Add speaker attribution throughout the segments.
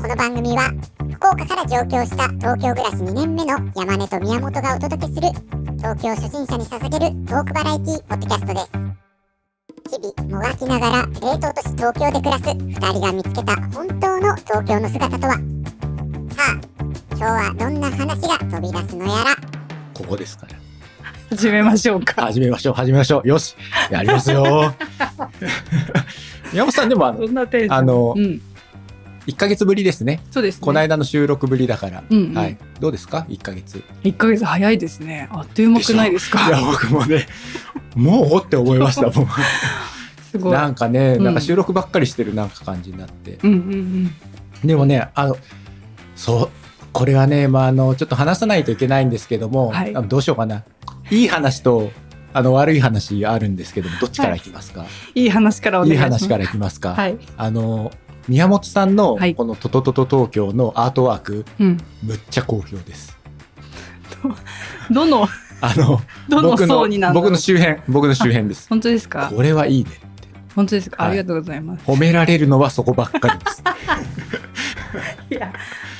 Speaker 1: この番組は福岡から上京した東京暮らし2年目の山根と宮本がお届けする東京初心者に捧げるトークバラエティポッドキャストです日々もがきながら冷凍都市東京で暮らす2人が見つけた本当の東京の姿とはさあ今日はどんな話が飛び出すのやら
Speaker 2: ここですから。
Speaker 3: 始めましょうか。
Speaker 2: 始めましょう、始めましょう。よし、やります よ。宮本さん、でもあの、
Speaker 3: そんなテンション
Speaker 2: あの
Speaker 3: うん、
Speaker 2: 1ヶ月ぶりですね。
Speaker 3: そうですね。
Speaker 2: この間の収録ぶりだから。
Speaker 3: うんうん
Speaker 2: はい。どうですか ?1 ヶ月。い
Speaker 3: 一ヶ月早いですね。あっという間くないです
Speaker 2: や、
Speaker 3: か。
Speaker 2: 僕もね、もうって思いま したも
Speaker 3: す
Speaker 2: ん。
Speaker 3: ごい。
Speaker 2: なんかね、
Speaker 3: うん
Speaker 2: なんか収録ばっかりしてるなんか感じになって。
Speaker 3: うんうん
Speaker 2: でもね、あの、そう、これはね、まあ、あの、ちょっと話さないといけないんですけども、
Speaker 3: はい
Speaker 2: あのどうしようかな。いい話と、あの、悪い話あるんですけども、どっちからいきますか、
Speaker 3: うん。いい話からお
Speaker 2: い、い
Speaker 3: 願いします。
Speaker 2: 話からいきますか。
Speaker 3: はい。
Speaker 2: あの宮本さんの
Speaker 3: はい
Speaker 2: この「トトトト東京」のアートワーク、
Speaker 3: うん。
Speaker 2: むっちゃ好評です。
Speaker 3: どの
Speaker 2: あの
Speaker 3: どの
Speaker 2: 僕
Speaker 3: 層にな
Speaker 2: の
Speaker 3: る
Speaker 2: 僕の周辺僕の周辺です。
Speaker 3: 本当ですか。
Speaker 2: これはいいねって
Speaker 3: 本当ですか。
Speaker 2: はい
Speaker 3: ありがとうございます。
Speaker 2: 褒められるのはそこばっかりです。
Speaker 3: いや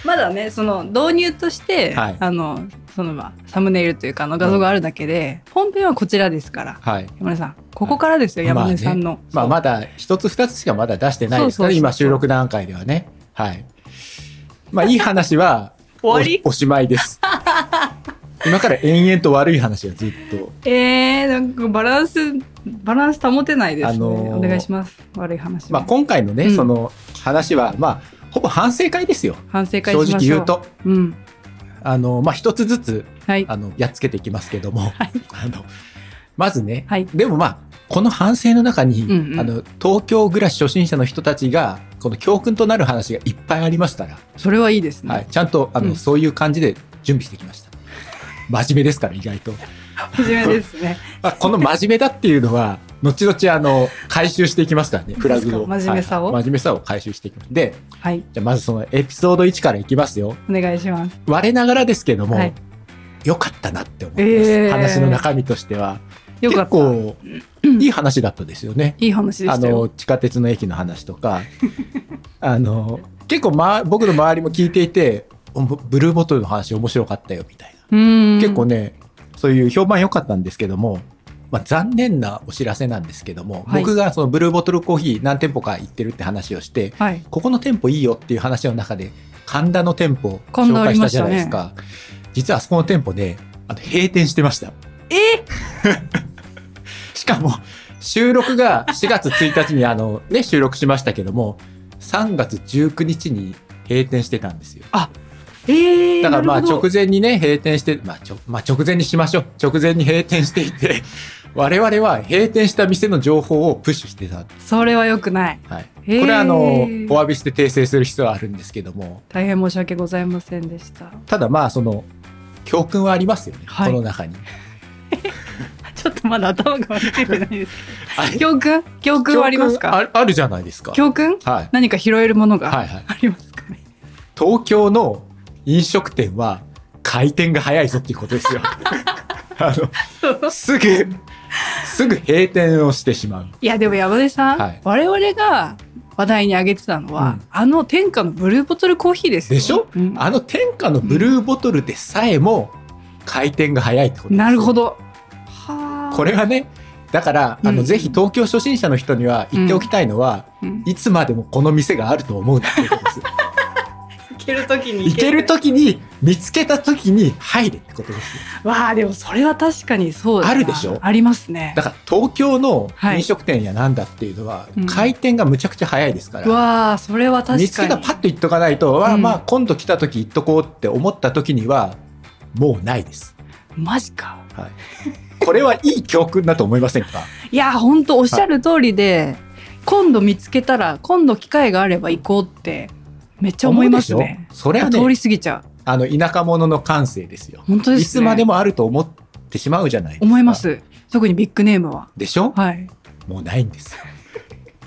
Speaker 3: まだねその導入として、
Speaker 2: はい
Speaker 3: あのそのまあサムネイルというかあの画像があるだけで、本編 はこちらですから。
Speaker 2: はい
Speaker 3: 山根さんここからですよ、
Speaker 2: まあ
Speaker 3: 山
Speaker 2: ね
Speaker 3: 根さんの。
Speaker 2: まあ、
Speaker 3: そう
Speaker 2: まだ一つ二つしかまだ出してないですから
Speaker 3: そうそうそうそう
Speaker 2: 今収録段階ではね。はいまあ、いい話は
Speaker 3: 終わり
Speaker 2: おおしまい です。今から延々と悪い話がずっと
Speaker 3: えー、なんかバランスバランス保てないですね。
Speaker 2: あのー
Speaker 3: お願いします。悪い話は。
Speaker 2: まあ、今回のね、
Speaker 3: うん
Speaker 2: その話は、まあ、ほぼ反省会ですよ
Speaker 3: 反省会し
Speaker 2: 正
Speaker 3: ましょう。
Speaker 2: 直言う。と。
Speaker 3: うん。
Speaker 2: あのまあ、一つずつ
Speaker 3: はい。
Speaker 2: あのやっつけていきますけども、
Speaker 3: はい
Speaker 2: あのまずね、
Speaker 3: はい
Speaker 2: でもまあこの反省の中に、
Speaker 3: うんうん
Speaker 2: あの東京暮らし初心者の人たちがこの教訓となる話がいっぱいありますから、
Speaker 3: それはいいですね。
Speaker 2: はい、ちゃんとあの、
Speaker 3: うん
Speaker 2: そういう感じで準備してきました。真面目ですから意外と、
Speaker 3: 真面目です ね。
Speaker 2: まあ、この真面目だっていうのは後々あの回収していきますからねフラグを
Speaker 3: そうですか真面目さを
Speaker 2: はい真面目さを回収していきますで
Speaker 3: はい。
Speaker 2: じゃあまずそのエピソード1からいきますよ
Speaker 3: お願いします。
Speaker 2: 我ながらですけども、
Speaker 3: はい
Speaker 2: 良かったなって思ってます、
Speaker 3: えー
Speaker 2: 話の中身としては
Speaker 3: よかった。
Speaker 2: 結構いい話だったですよね。
Speaker 3: いい話で
Speaker 2: あ
Speaker 3: した
Speaker 2: の
Speaker 3: よ。
Speaker 2: 地下鉄の駅の話とかあの結構、ま、僕の周りも聞いていておもブルーボトルの話面白かったよみたいな、
Speaker 3: うーん。
Speaker 2: 結構。ねそういう評判良かったんですけども、まあ、残念なお知らせなんですけども、
Speaker 3: はい
Speaker 2: 僕がそのブルーボトルコーヒー何店舗か行ってるって話をして
Speaker 3: はい。
Speaker 2: ここの店舗いいよっていう話の中で神田の店舗を
Speaker 3: 神
Speaker 2: 紹
Speaker 3: 田あ
Speaker 2: 介
Speaker 3: り
Speaker 2: した
Speaker 3: まし
Speaker 2: じゃ
Speaker 3: た
Speaker 2: ない
Speaker 3: ね
Speaker 2: ですか実はあそこの店舗で、あの閉店してました。
Speaker 3: え
Speaker 2: しかも収録が4月1日にあの、ね、収録しましたけども3月19日に閉店してたんですよ
Speaker 3: えー、
Speaker 2: だからまあ
Speaker 3: なるほ
Speaker 2: 直
Speaker 3: ど
Speaker 2: 前にね閉店して、まあ、ちょまあ直前にしましょう直前に閉店していて 我々は閉店した店の情報をプッシュしてた、
Speaker 3: それは良くない。
Speaker 2: はい、
Speaker 3: こ
Speaker 2: これはあのお詫びして訂正する必要はあるんですけども
Speaker 3: 大変申し訳ございませんでした。
Speaker 2: ただまあその教訓はありますよね、
Speaker 3: はい
Speaker 2: この中に。
Speaker 3: ちょっとまだ頭が割れてないです。
Speaker 2: あれ
Speaker 3: 教訓教訓はあります
Speaker 2: 教訓
Speaker 3: か
Speaker 2: ああるじゃないですか。
Speaker 3: 教訓
Speaker 2: はい、
Speaker 3: 何か拾えるもの
Speaker 2: はい
Speaker 3: が
Speaker 2: はい
Speaker 3: ありますかね。
Speaker 2: 東京の飲食店は回転が早いぞっていうこと ですよ。あのすぐすぐ閉店をしてしまう。
Speaker 3: いやでも山根さん、
Speaker 2: はい
Speaker 3: 我々が話題に挙げてたのは、
Speaker 2: うん
Speaker 3: あの天下のブルーボトルコーヒーですよ
Speaker 2: でしょ
Speaker 3: うん
Speaker 2: あの天下のブルーボトルでさえも回転が早いってことですよ
Speaker 3: なるほ。どはあ
Speaker 2: これはねだからあの、
Speaker 3: うん
Speaker 2: ぜひ東京初心者の人には言っておきたいのは、
Speaker 3: うん
Speaker 2: いつまでもこの店があると思うなっていうことです。
Speaker 3: 行ける時に
Speaker 2: 行ける時に見つけた時に入れってことですよ。
Speaker 3: わあでもそれは確かにそうだ
Speaker 2: あ
Speaker 3: な
Speaker 2: るでしょ
Speaker 3: ありますね
Speaker 2: だから東京の飲食店やなんだっていうのは、
Speaker 3: うん
Speaker 2: 回転がむちゃくちゃ早いですから。
Speaker 3: わあそれは確かに
Speaker 2: 見つけたらパッと行っとかないと、わあ
Speaker 3: うん
Speaker 2: まあ今度来た時行っとこうって思った時にはもうないです、
Speaker 3: マジか
Speaker 2: はい、これはいい教訓だと思いませんか
Speaker 3: いや本当おっしゃる通りで、今度見つけたら今度機会があれば行こうってめっちゃ思います
Speaker 2: 思う
Speaker 3: ね
Speaker 2: でしょそれは
Speaker 3: 通
Speaker 2: ね
Speaker 3: り過ぎちゃう
Speaker 2: あの田舎者の感性ですよ
Speaker 3: 本当ですね
Speaker 2: いつまでもあると思ってしまうじゃないですか
Speaker 3: 思います特にビッグネームは
Speaker 2: でしょ
Speaker 3: はい
Speaker 2: もうないんですよ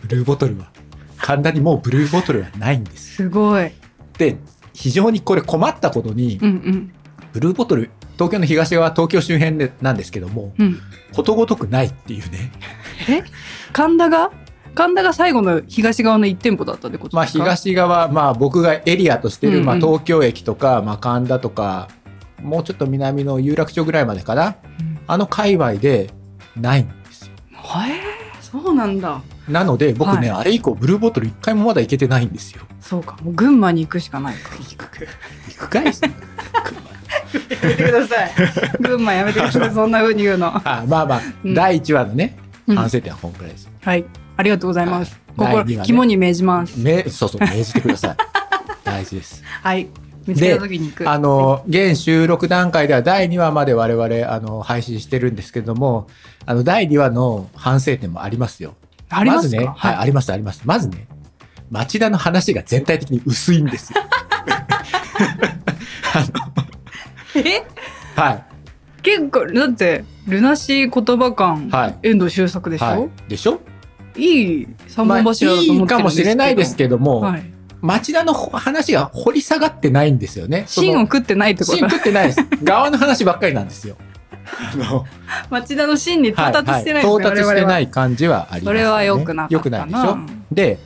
Speaker 2: ブルーボトルは神田にもうブルーボトルはないんです
Speaker 3: すごい
Speaker 2: で非常にこれ困ったことに、
Speaker 3: うんうん
Speaker 2: ブルーボトル東京の東側東京周辺でなんですけども
Speaker 3: うん
Speaker 2: ことごとくないっていうね
Speaker 3: 神田が神田が最後の東側の1店舗だったってこと
Speaker 2: まあ、
Speaker 3: ですか、
Speaker 2: 東側、まあ、僕がエリアとしてる、
Speaker 3: うんうん
Speaker 2: まあ、東京駅とか、まあ、神田とかもうちょっと南の有楽町ぐらいまでかな
Speaker 3: うん
Speaker 2: あの界隈でないんですよ
Speaker 3: へえそうなんだ
Speaker 2: なので僕ね、あれ以降ブルーボトル一回もまだ行けてないんですよ
Speaker 3: そうかもう群馬に行くしかないか
Speaker 2: 行くか行くか い
Speaker 3: やめてく ださい群馬やめてくださいそんな風に言うの、
Speaker 2: あまあまあ、
Speaker 3: うん
Speaker 2: 第1話のね
Speaker 3: うん
Speaker 2: 反省点はこんくらいです、
Speaker 3: はいありがとうございます、
Speaker 2: はい
Speaker 3: 心
Speaker 2: 第二話ね
Speaker 3: 肝に銘じます
Speaker 2: めそうそう命じてください大事です
Speaker 3: はい見つけた時に行く
Speaker 2: あの現収録段階では第2話まで我々あの配信してるんですけどもあの第2話の反省点もありますよ
Speaker 3: あります
Speaker 2: ず
Speaker 3: か、
Speaker 2: ね、はい、ありますあります。まずね、町田の話が全体的に薄いんです よ。
Speaker 3: え
Speaker 2: は
Speaker 3: 結構だってルナシー言葉感、
Speaker 2: い、はい、
Speaker 3: 遠藤周作でしょ、
Speaker 2: はい、でしょ。
Speaker 3: い、い三本柱だと思ってるんです
Speaker 2: ま
Speaker 3: けど、
Speaker 2: あいいかもしれないですけども、
Speaker 3: はい、
Speaker 2: 町田の話が掘り下がってないんですよね。その
Speaker 3: 芯を食ってないってこと
Speaker 2: 芯食ってないです。側の話ばっかりなんですよ。あの
Speaker 3: 町田の芯に 到達して
Speaker 2: は
Speaker 3: ないですね、
Speaker 2: は到達してないい感じはありますよ
Speaker 3: そ
Speaker 2: ね、
Speaker 3: れは良くなかったな
Speaker 2: 良くないでしょ。で、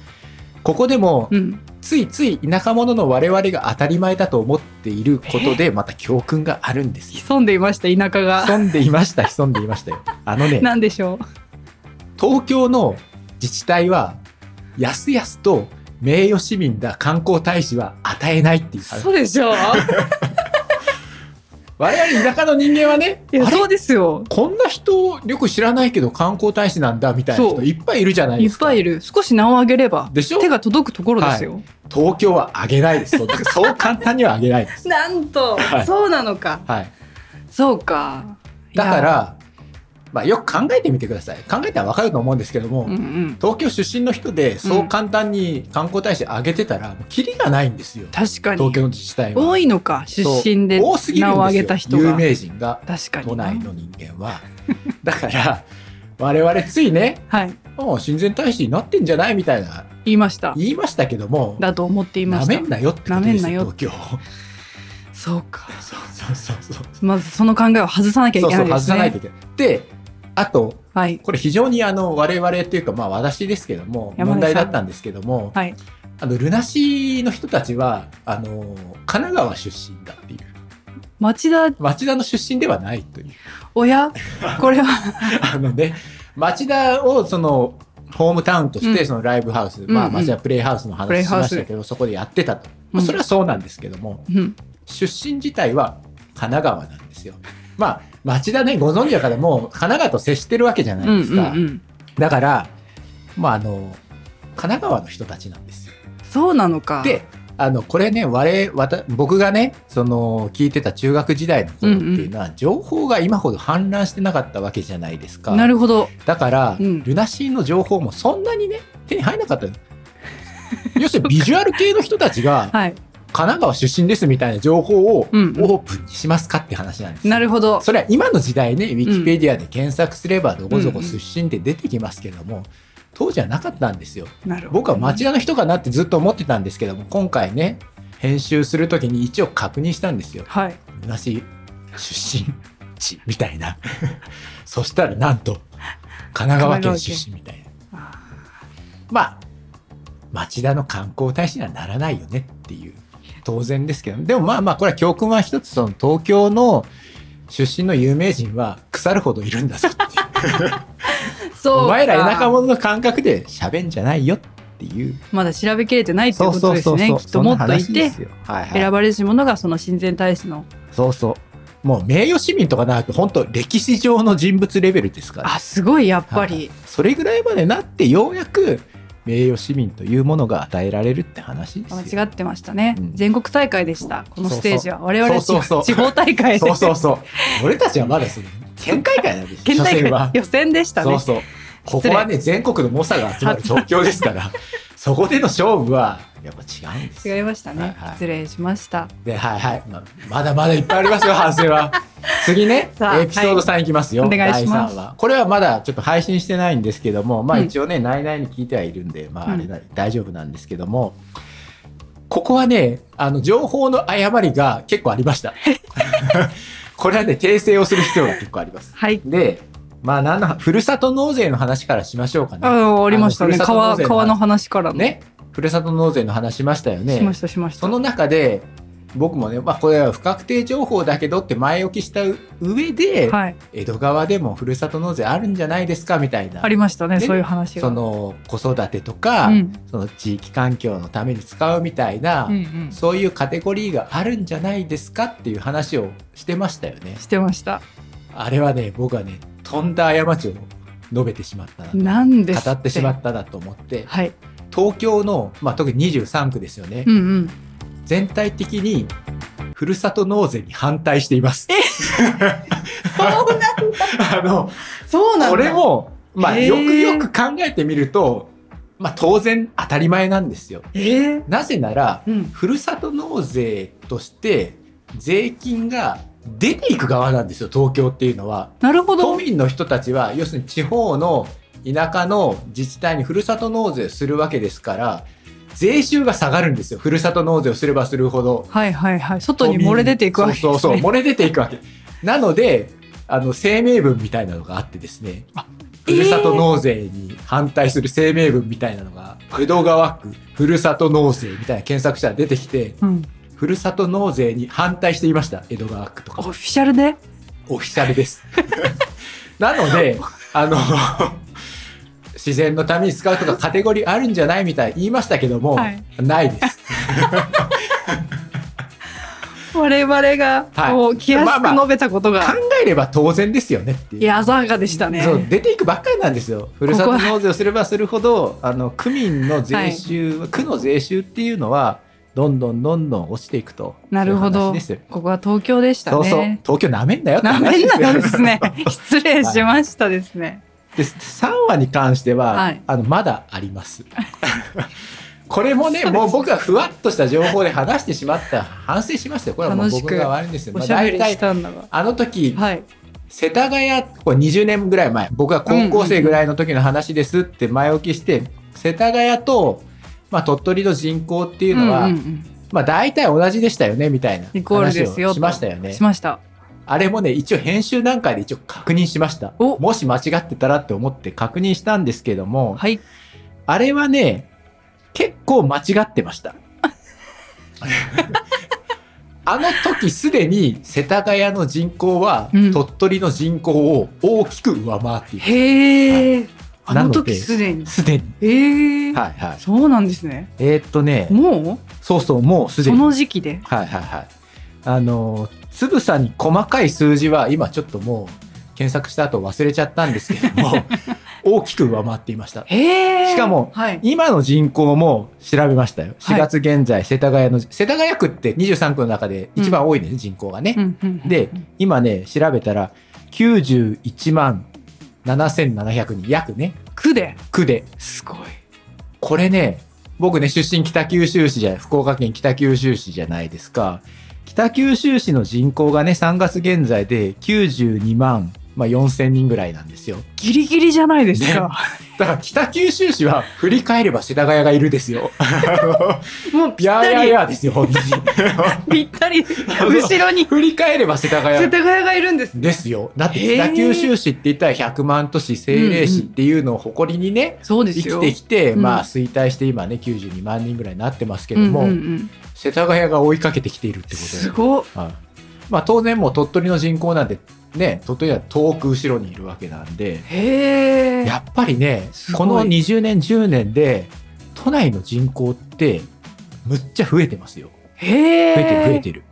Speaker 2: ここでも、
Speaker 3: うん、
Speaker 2: ついつい田舎者の我々が当たり前だと思っていることで、また教訓があるんですよ。
Speaker 3: 潜んでいました田舎が
Speaker 2: 潜んでいました潜んでいました よあのね
Speaker 3: なんでしょう
Speaker 2: 東京の自治体はやすやすと名誉市民だ観光大使は与えないっていう
Speaker 3: そうでしょう
Speaker 2: 我々田舎の人間はね
Speaker 3: いや
Speaker 2: あれ
Speaker 3: そうですよ
Speaker 2: こんな人よく知らないけど観光大使なんだみたいな
Speaker 3: そ
Speaker 2: 人
Speaker 3: う
Speaker 2: いっぱいいるじゃない
Speaker 3: い
Speaker 2: で
Speaker 3: っ
Speaker 2: すか
Speaker 3: ぱいいる少し名を上げれば
Speaker 2: でしょ
Speaker 3: 手が届くところですよ、
Speaker 2: 東京はあげないですそうそう簡単にはあげないです、
Speaker 3: なんと、
Speaker 2: はい
Speaker 3: そうなのか
Speaker 2: はい、
Speaker 3: そうか
Speaker 2: だか
Speaker 3: いや
Speaker 2: ら、まあ、よく考えてみてください考えたらわかると思うんですけども、
Speaker 3: うんうん
Speaker 2: 東京出身の人でそう簡単に観光大使上げてたら、もうキリがないんですよ
Speaker 3: 確か
Speaker 2: 東
Speaker 3: に
Speaker 2: 京の自治体は
Speaker 3: 多いのか出
Speaker 2: そう
Speaker 3: 身で
Speaker 2: 多すぎるん
Speaker 3: 名を上げ
Speaker 2: で
Speaker 3: た
Speaker 2: す
Speaker 3: 人
Speaker 2: よ有
Speaker 3: が
Speaker 2: 名人が
Speaker 3: 確かに
Speaker 2: 都
Speaker 3: な
Speaker 2: 内の人間はだから我々ついね
Speaker 3: はい
Speaker 2: もう親善大使になってんじゃないみたいな
Speaker 3: 言いました
Speaker 2: 言いましたけども
Speaker 3: だと思っていま
Speaker 2: な
Speaker 3: し
Speaker 2: めん
Speaker 3: た
Speaker 2: なよってことです
Speaker 3: なめんなよ
Speaker 2: よ東京
Speaker 3: そうか
Speaker 2: そうそうそうそう
Speaker 3: まずその考えを外さなきゃい
Speaker 2: そう
Speaker 3: け
Speaker 2: そう
Speaker 3: ないで
Speaker 2: 外
Speaker 3: す
Speaker 2: さないと
Speaker 3: ね
Speaker 2: いけないであと
Speaker 3: はい
Speaker 2: これ非常にあの我々というかまあ私ですけども
Speaker 3: 山
Speaker 2: 問
Speaker 3: 根さん
Speaker 2: 題だったんですけども
Speaker 3: はい
Speaker 2: あのルナシーの人たちはあの神奈川出身だっていう
Speaker 3: 町田
Speaker 2: 町田の出身ではないと いう
Speaker 3: 親これは
Speaker 2: あのね、町田をそのホームタウンとし
Speaker 3: う
Speaker 2: て
Speaker 3: ん
Speaker 2: そのライブハウス、
Speaker 3: うん
Speaker 2: まあ
Speaker 3: うん
Speaker 2: 町田プレイハウスの
Speaker 3: プレイ
Speaker 2: 話し
Speaker 3: ハウ
Speaker 2: ま
Speaker 3: ス
Speaker 2: したけど、そこでやってたと。 ま
Speaker 3: う
Speaker 2: あ、
Speaker 3: ん
Speaker 2: それはそうなんですけども、
Speaker 3: うん
Speaker 2: 出身自体は神奈川なんですよ。まあ町田ね、ご存知の方もう神奈川と接してるわけじゃな
Speaker 3: うん
Speaker 2: いうですか。
Speaker 3: んうん
Speaker 2: だから、まああの、神奈川の人たちなんですよ。
Speaker 3: そうなのか
Speaker 2: で、あのこれね我わた僕がねその聞いてた中学時代の頃っていうのは、情報が今ほど氾濫してなかったわけじゃないですか。
Speaker 3: なるほど
Speaker 2: だから、
Speaker 3: うん
Speaker 2: ルナシーの情報もそんなにね手に入らなかったの要するにビジュアル系の人たちが
Speaker 3: はい
Speaker 2: 神奈川出身ですみたいな情報をオ
Speaker 3: うんうん
Speaker 2: ープンにしますかって話なんですよ、
Speaker 3: なるほど
Speaker 2: それは今の時代ねウィキペディアで検索すればどこそこ出身って出てきますけども、当時はなかったんですよ
Speaker 3: なるほど
Speaker 2: 僕は町田の人かなってずっと思ってたんですけども今回ね編集する時に一応確認したんですよ
Speaker 3: はい
Speaker 2: ルナシー出身 地みたいな そしたらなんと神奈川県出身みたいな
Speaker 3: あ
Speaker 2: まあ町田の観光大使にはならないよねっていう当然ですけどでもまあまあこれは教訓は一つその東京の出身の有名人は腐るほどいるんだぞっていう
Speaker 3: ーそうか
Speaker 2: お前ら田舎者の感覚で喋んじゃないよっていう
Speaker 3: まだ調べきれてないっていうことですねきっともっとい
Speaker 2: そんな話で
Speaker 3: て
Speaker 2: すよはいはい
Speaker 3: 選ばれし者がその親善大使の
Speaker 2: そうそう。もう名誉市民とかなると本当歴史上の人物レベルですから。
Speaker 3: あすごいやっぱ
Speaker 2: はい
Speaker 3: り
Speaker 2: それぐらいまでなってようやく名誉市民というものが与えられるって話ですよ。
Speaker 3: 間違ってましたね、
Speaker 2: うん
Speaker 3: 全国大会でしたこのステージは我
Speaker 2: そ
Speaker 3: 々
Speaker 2: うそうそう
Speaker 3: 地方大会で
Speaker 2: そうそうそう。俺たちはまだ その 県大会なんです。
Speaker 3: 県大
Speaker 2: 所詮
Speaker 3: 会
Speaker 2: は。
Speaker 3: 予選でしたね
Speaker 2: そうそう。ここはね全国の猛者が集まる東京です から、そこでの勝負はやっぱ違うんですよ。
Speaker 3: 違いましたね、
Speaker 2: はいはい
Speaker 3: 失礼しました
Speaker 2: で、はいはい、まあまだまだいっぱいありますよ、反省 は。次ね、
Speaker 3: さあ
Speaker 2: エピソード3いきますよ、
Speaker 3: はいお願いしま
Speaker 2: 第3
Speaker 3: す
Speaker 2: 話。これはまだちょっと配信してないんですけども、まあ
Speaker 3: うん
Speaker 2: 一応ね、内々に聞いてはいるんで、まああれ
Speaker 3: う
Speaker 2: な、大丈夫なんですけども、ここはね、あの、情報の誤りが 結構ありました。これはね、訂正をする必要が結構あります。
Speaker 3: はい
Speaker 2: で、まあ、なんの、ふるさと納税の話からしましょうかね。
Speaker 3: あありましたね
Speaker 2: あのふるさと納
Speaker 3: 川
Speaker 2: 税の話
Speaker 3: 川の話からの
Speaker 2: ね。ふるさと納税の話しましたよね。
Speaker 3: しましたしました
Speaker 2: その中で、僕もね、まあ、これは不確定情報だけどって前置きした上で、
Speaker 3: はい
Speaker 2: 江戸川でもふるさと納税あるんじゃないですかみたいな
Speaker 3: あ。りましたね
Speaker 2: ね
Speaker 3: そういう話が
Speaker 2: その子育てとか、
Speaker 3: うん
Speaker 2: その地域環境のために使うみたいな、
Speaker 3: うんうん
Speaker 2: そういうカテゴリーがあるんじゃないですかっていう話をしてましたよね。
Speaker 3: してました
Speaker 2: あれはね、僕はね、とんだ過ちを述べてしまったなと。
Speaker 3: なんです
Speaker 2: 語ってしま
Speaker 3: た
Speaker 2: ったなと思って、
Speaker 3: はい
Speaker 2: 東京の、まあ、特に23区ですよね、
Speaker 3: うんうん
Speaker 2: 全体的にふるさと納税に反対しています。
Speaker 3: そうな
Speaker 2: あの
Speaker 3: そうなんだ
Speaker 2: これも、まあ、
Speaker 3: へー
Speaker 2: よくよく考えてみると、まあ、当然当たり前なんですよ。
Speaker 3: ええ
Speaker 2: なぜなら
Speaker 3: うん
Speaker 2: ふるさと納税として税金が出ていく側なんですよ東京っていうのは。
Speaker 3: なるほ
Speaker 2: 都
Speaker 3: ど
Speaker 2: 民の人たちは要するに地方の田舎の自治体にふるさと納税するわけですから税収が下がるんですよふるさと納税をすればするほど
Speaker 3: はいはいはい外に漏れ出ていくわけですね
Speaker 2: そうそうそう漏れ出ていくわけなのであの声明文みたいなのがあってですねふるさと納税に反対する声明文みたいなのが、江戸川区ふるさと納税みたいな検索したら出てきて
Speaker 3: うん
Speaker 2: ふるさと納税に反対していました江戸川区とか
Speaker 3: オフィシャルで
Speaker 2: オフィシャルです。 なので、あの、自然のために使うとかカテゴリーあるんじゃないみたいに言いましたけども、
Speaker 3: はい
Speaker 2: ないです。
Speaker 3: 我々が
Speaker 2: はい
Speaker 3: こう気安く述べたことが、
Speaker 2: 考えれば当然ですよねっていう。
Speaker 3: いや鮮やかでしたね
Speaker 2: そう出ていくばっかりなんですよ。ふるさと納税をすればするほど、あの区民の税収、区の税収っていうのはどんどんどんどん落ちていくと。
Speaker 3: なるほ
Speaker 2: そういう
Speaker 3: ど
Speaker 2: 話ですよ
Speaker 3: ここは東京でしたね
Speaker 2: そうそう。東京なめんなよって
Speaker 3: な
Speaker 2: 話
Speaker 3: めん
Speaker 2: ですよ。
Speaker 3: なですね失礼しましたですね、
Speaker 2: で3話に関しては、
Speaker 3: はい
Speaker 2: あのまだあります これもね
Speaker 3: そうです
Speaker 2: もう僕はふわっとした情報で話してしまった反省しましたよこれはもう
Speaker 3: 楽しく
Speaker 2: 僕が悪いんですよ、ま
Speaker 3: お
Speaker 2: あ、
Speaker 3: しゃべり
Speaker 2: 大
Speaker 3: し
Speaker 2: 体
Speaker 3: たんだが
Speaker 2: あの時、
Speaker 3: はい
Speaker 2: 世田谷これ20年ぐらい前僕が高校生ぐらいの時の話ですって前置きして、世田谷と、まあ、鳥取の人口っていうのは、
Speaker 3: うんうん
Speaker 2: まあ、大体同じでしたよねみたいな
Speaker 3: イコール
Speaker 2: 話
Speaker 3: で
Speaker 2: を
Speaker 3: すよと
Speaker 2: しましたよ
Speaker 3: うん
Speaker 2: ね
Speaker 3: しました
Speaker 2: あれもね、一応編集段階で一応確認しました。
Speaker 3: お
Speaker 2: もし間違ってたらって思って確認したんですけども、
Speaker 3: はい
Speaker 2: あれはね、結構間違ってま した。あの時すでに世田谷の人口は
Speaker 3: うん
Speaker 2: 鳥取の人口を大きく上回っている。
Speaker 3: へえ、あ
Speaker 2: な
Speaker 3: の
Speaker 2: の
Speaker 3: 時
Speaker 2: です
Speaker 3: でに
Speaker 2: すでに。
Speaker 3: へえ、
Speaker 2: はいはい。
Speaker 3: そうなんですね
Speaker 2: えーっとね、
Speaker 3: も
Speaker 2: そうそう、もう
Speaker 3: う
Speaker 2: すで
Speaker 3: そ
Speaker 2: に。
Speaker 3: の時期で
Speaker 2: はいはいはい。あの、つぶさに細かい数字は今ちょっともう検索した後忘れちゃったんですけ ども、大きく上回っていました。
Speaker 3: へえ
Speaker 2: しかも
Speaker 3: はい
Speaker 2: 今の人口も調べましたよ。
Speaker 3: はい
Speaker 2: 4月現在、世田谷の、世田谷区って23区の中で一番多いね、人口がね。
Speaker 3: うんうんうん
Speaker 2: で、今ね、調べたら91万7700人、約ね、
Speaker 3: 区で
Speaker 2: 区で。
Speaker 3: すごい
Speaker 2: これね、僕ね、出身北九州市じゃ、福岡県北九州市じゃないですか。北九州市の人口がね、3月現在で92万、まあ、4000人ぐらいなんですよ。
Speaker 3: ギリギリじゃないですか、
Speaker 2: だから北九州市は振り返れば世田谷がいるです よ。
Speaker 3: もうぴ
Speaker 2: い
Speaker 3: っ
Speaker 2: やい
Speaker 3: た
Speaker 2: やい
Speaker 3: り
Speaker 2: やですよ、本 当に。
Speaker 3: ぴったり後ろに
Speaker 2: 振り返れば世田
Speaker 3: 世
Speaker 2: 谷
Speaker 3: 田谷がいるんですね
Speaker 2: ですよ。だって
Speaker 3: へー
Speaker 2: 北九州市って言ったら100万都市政令市っていうのを誇りにね、
Speaker 3: そうで
Speaker 2: 生
Speaker 3: す
Speaker 2: き
Speaker 3: よ
Speaker 2: てきて、
Speaker 3: うん
Speaker 2: まあ衰退して今ね92万人ぐらいになってますけども、
Speaker 3: うんうんうん
Speaker 2: 世田谷が追いかけてきているってことです
Speaker 3: ごっ
Speaker 2: はいまあ当然もう鳥取の人口なんてね鳥取は遠く後ろにいるわけなんで
Speaker 3: へえ
Speaker 2: やっぱりね
Speaker 3: すご
Speaker 2: こ
Speaker 3: い
Speaker 2: の20年10年で都内の人口ってむっちゃ増えてますよ
Speaker 3: へえ
Speaker 2: 増えてる増えてる。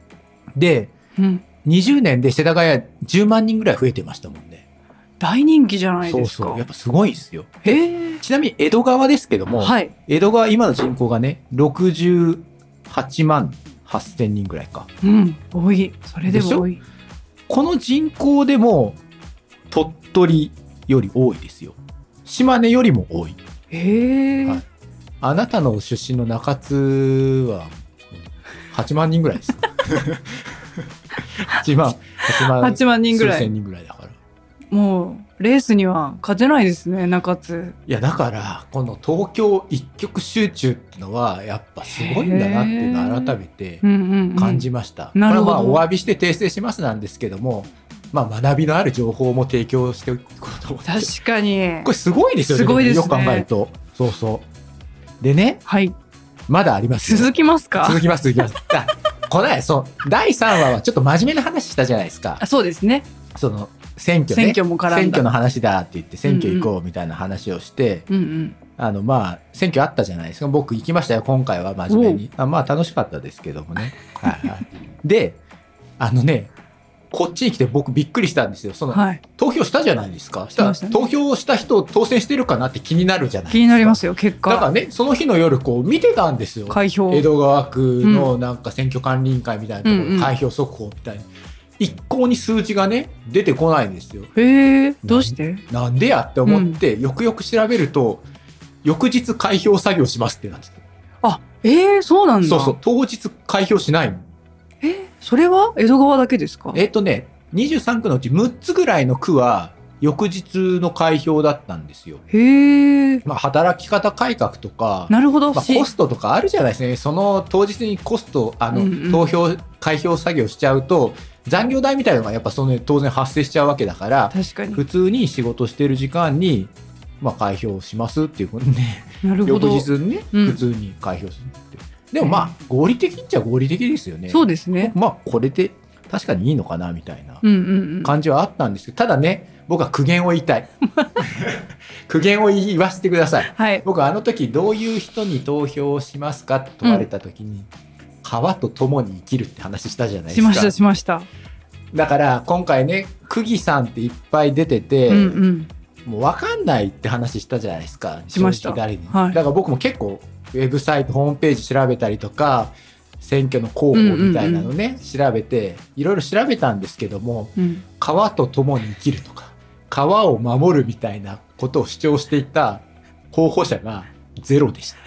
Speaker 2: で
Speaker 3: うん
Speaker 2: 20年で世田谷10万人ぐらい増えてましたもんね。
Speaker 3: 大人気じゃない
Speaker 2: そう
Speaker 3: ですか
Speaker 2: そうやっぱすごいですよ。
Speaker 3: へえ
Speaker 2: ちなみに江戸川ですけども、
Speaker 3: はい
Speaker 2: 江戸川今の人口がね68万8,000人ぐらいか。
Speaker 3: うん多いそれで
Speaker 2: でし
Speaker 3: も
Speaker 2: ょ
Speaker 3: 多い
Speaker 2: この人口でも鳥取より多いですよ。島根よりも多い。
Speaker 3: へえ、
Speaker 2: はいあなたの出身の中津は8万人ぐら いです。8万、8万、
Speaker 3: 8万人ぐら
Speaker 2: 数千
Speaker 3: い
Speaker 2: 人ぐらいだから。
Speaker 3: もうレースには勝てないですね中津
Speaker 2: いやだからこの東京一極集中ってのはやっぱすごいんだなっていうのを改めて
Speaker 3: うんうん、うん、
Speaker 2: 感じました、
Speaker 3: なるほど
Speaker 2: これはまあお詫びして訂正しますなんですけどもまあ、学びのある情報も提供していくこともこ
Speaker 3: 確かに
Speaker 2: れすごいですよね
Speaker 3: すごいですね
Speaker 2: もよく考えるとそうそうでね
Speaker 3: はい
Speaker 2: まだありますよ
Speaker 3: 続きますか
Speaker 2: 続きます続きますあこの前そう第3話はちょっと真面目な話したじゃないですか
Speaker 3: あそうですね
Speaker 2: その選挙ね
Speaker 3: 選挙も絡んだ
Speaker 2: 選挙の話だって言って選挙行こうみたいな話をして、
Speaker 3: うん
Speaker 2: あのまあ選挙あったじゃないですか僕行きましたよ今回は真面目にあまあ楽しかったですけどもね、はいはい、であのねこっちに来て僕びっくりしたんですよそ
Speaker 3: うん
Speaker 2: の、
Speaker 3: はい
Speaker 2: 投票したじゃないですかしたら
Speaker 3: しました
Speaker 2: 投
Speaker 3: ね
Speaker 2: 票した人当選してるかなって気になるじゃないですか
Speaker 3: 気になりますよ結
Speaker 2: だから
Speaker 3: 果
Speaker 2: ねその日の夜こう見てたんですよ
Speaker 3: 開票
Speaker 2: 江戸川区のなんか選挙管理委員会みたいなところ、
Speaker 3: うんうん
Speaker 2: 開票速報みたいに一向に数字がね出てこないんですよ
Speaker 3: へえどうして
Speaker 2: なんでやって思って、よくよく調べると翌日開票作業しますってなってた
Speaker 3: あえー、そうなんだ
Speaker 2: そうそう当日開票しないの
Speaker 3: えーそれは江戸川だけですか
Speaker 2: えっ、とね23区のうち6つぐらいの区は翌日の開票だったんですよ、
Speaker 3: へえ
Speaker 2: まあ、働き方改革とか、
Speaker 3: なるほど、
Speaker 2: まあ、
Speaker 3: し
Speaker 2: コストとかあるじゃないですかねその当日にコストあの、
Speaker 3: うんうん
Speaker 2: 投票開票作業しちゃうと残業代みたいなのがやっぱその当然発生しちゃうわけだから
Speaker 3: 確かに
Speaker 2: 普通に仕事してる時間に、まあ、開票しますっていうことね
Speaker 3: なるほ
Speaker 2: 翌
Speaker 3: ど
Speaker 2: 日にね、
Speaker 3: うん
Speaker 2: 普通に開票するってでもまあ合理的っちゃ合理的ですよね
Speaker 3: そうですね
Speaker 2: まあこれで確かにいいのかなみたいな
Speaker 3: うんうんうん
Speaker 2: 感じはあったんですけど、ただね僕は苦言を言いた い苦言を言わせてください
Speaker 3: はい
Speaker 2: 僕はあの時どういう人に投票をしますかって問われた時に、川と共に生きるって話したじゃないで
Speaker 3: し
Speaker 2: すか
Speaker 3: ましたしました
Speaker 2: だから今回ね釘さんっていっぱい出てて、
Speaker 3: うんうん
Speaker 2: もう分かんないって話したじゃないですか
Speaker 3: しました
Speaker 2: 正直誰に、
Speaker 3: はい
Speaker 2: だから僕も結構ウェブサイトホームページ調べたりとか選挙の候補みたいなのね、調べていろいろ調べたんですけども
Speaker 3: うん
Speaker 2: 川と共に生きるとか川を守るみたいなことを主張していた候補者がゼロでした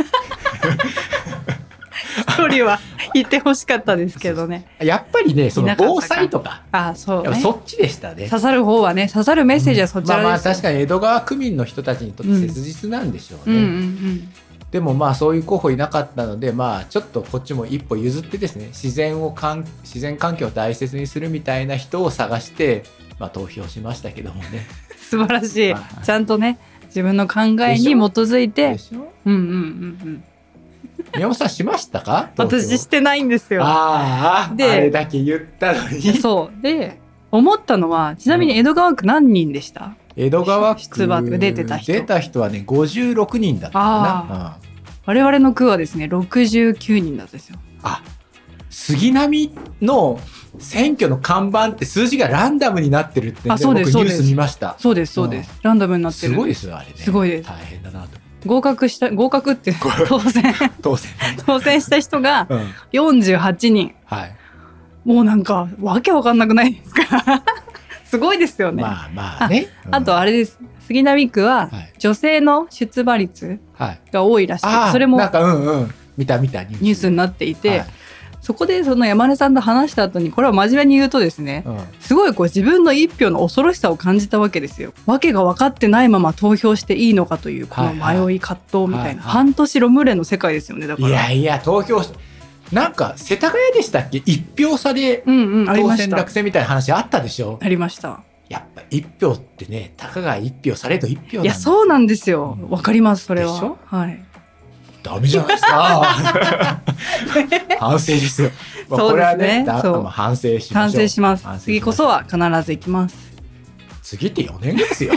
Speaker 3: 一人は言ってほしかったですけどね
Speaker 2: やっぱりねそ
Speaker 3: い
Speaker 2: の
Speaker 3: なかったか
Speaker 2: 防災とか
Speaker 3: あそう
Speaker 2: やっぱ
Speaker 3: ね
Speaker 2: そっちでしたね
Speaker 3: 刺さる方はね刺さるメッセージはそちらです、
Speaker 2: まあまあ確かに江戸川区民の人たちにとって切実なんでしょうね、
Speaker 3: うんうん
Speaker 2: でもまあそういう候補いなかったのでまあちょっとこっちも一歩譲ってですね自然をかん自然環境を大切にするみたいな人を探して、まあ、投票しましたけどもね。
Speaker 3: うん素晴らしい
Speaker 2: まあ
Speaker 3: ちゃんとね自分の考えに基づい
Speaker 2: で
Speaker 3: て
Speaker 2: しょ
Speaker 3: うんうんうんうん
Speaker 2: 宮本さんしましたか投票
Speaker 3: 私してないんですよ
Speaker 2: あああ
Speaker 3: で
Speaker 2: れだけ言ったのに
Speaker 3: そうで思ったのはちなみに江戸川区何人でした、
Speaker 2: 江戸川区
Speaker 3: 出馬出てた人
Speaker 2: 出た人はね56人だったかな。うん
Speaker 3: 我々の区はですね69人だったんですよ
Speaker 2: あ杉並の選挙の看板って数字がランダムになってるってね、
Speaker 3: あそうです
Speaker 2: 僕ニュー
Speaker 3: そう
Speaker 2: ス
Speaker 3: です
Speaker 2: 見ました。
Speaker 3: そうですそうです、ランダムになって
Speaker 2: す
Speaker 3: る
Speaker 2: ごいですよあれね。
Speaker 3: すごいです
Speaker 2: 大変だなと思って。
Speaker 3: 合格した合格って当選
Speaker 2: 当選。
Speaker 3: 当選した人が
Speaker 2: うん
Speaker 3: 48人
Speaker 2: はい。
Speaker 3: もうなんかわけわかんなくないですか すごいですよね、
Speaker 2: まあまあね。うん
Speaker 3: あとあれです杉並区は
Speaker 2: はい
Speaker 3: 女性の出馬率
Speaker 2: はい。
Speaker 3: が多いらし
Speaker 2: あ
Speaker 3: く
Speaker 2: あ
Speaker 3: それも
Speaker 2: なんかうんうん見た見たニュース
Speaker 3: ニュースになっていて、
Speaker 2: はい
Speaker 3: そこでその山根さんと話した後にこれは真面目に言うとですね
Speaker 2: うん
Speaker 3: すごいこう自分の一票の恐ろしさを感じたわけですよ。わけが分かってないまま投票していいのかというこの
Speaker 2: はいは
Speaker 3: 迷い葛藤みた
Speaker 2: はいは
Speaker 3: いない半年ロムレの世界ですよねだから。
Speaker 2: いやいや投票しなんか世田谷でしたっけ一票差で
Speaker 3: うんうんあり
Speaker 2: 当
Speaker 3: まし
Speaker 2: 選
Speaker 3: た
Speaker 2: 落。選みたいな話あったでしょ。
Speaker 3: ありました。
Speaker 2: やっぱ一票ってねたかが一票されど一票なん
Speaker 3: い
Speaker 2: だ
Speaker 3: やそうなんですよ
Speaker 2: う。ん
Speaker 3: わかりますそれ
Speaker 2: でし
Speaker 3: は
Speaker 2: ょ。
Speaker 3: はい。
Speaker 2: ダメじゃないですか。 反省ですよ。まあ
Speaker 3: そ
Speaker 2: こ
Speaker 3: うですね
Speaker 2: れはねだ
Speaker 3: そう
Speaker 2: まあ反省しましょう。
Speaker 3: 反省します
Speaker 2: 反省しましょう
Speaker 3: 次こそは必ず行きます。
Speaker 2: 次って4年後です よ。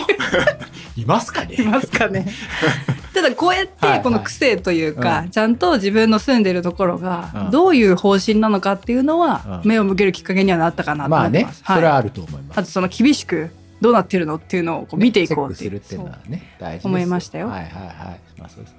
Speaker 2: いますかね。
Speaker 3: ますかね。 ただこうやっ
Speaker 2: はいは
Speaker 3: て
Speaker 2: い
Speaker 3: この癖というか、
Speaker 2: う
Speaker 3: ちゃんと自分の住んでるところ
Speaker 2: う
Speaker 3: が
Speaker 2: ん
Speaker 3: どういう方針なのかっていうのは
Speaker 2: うん
Speaker 3: 目を向けるきっかけにはなったかなと
Speaker 2: ま
Speaker 3: 思
Speaker 2: あ
Speaker 3: い
Speaker 2: ね
Speaker 3: ます。
Speaker 2: それ
Speaker 3: い
Speaker 2: はあると思います。
Speaker 3: あとその厳しくどうなってるのっていうのをこう見ていこう
Speaker 2: ね
Speaker 3: って
Speaker 2: チェックするっていうの
Speaker 3: そ
Speaker 2: はね大事です
Speaker 3: 思いましたよ
Speaker 2: はいはいはいまあそうです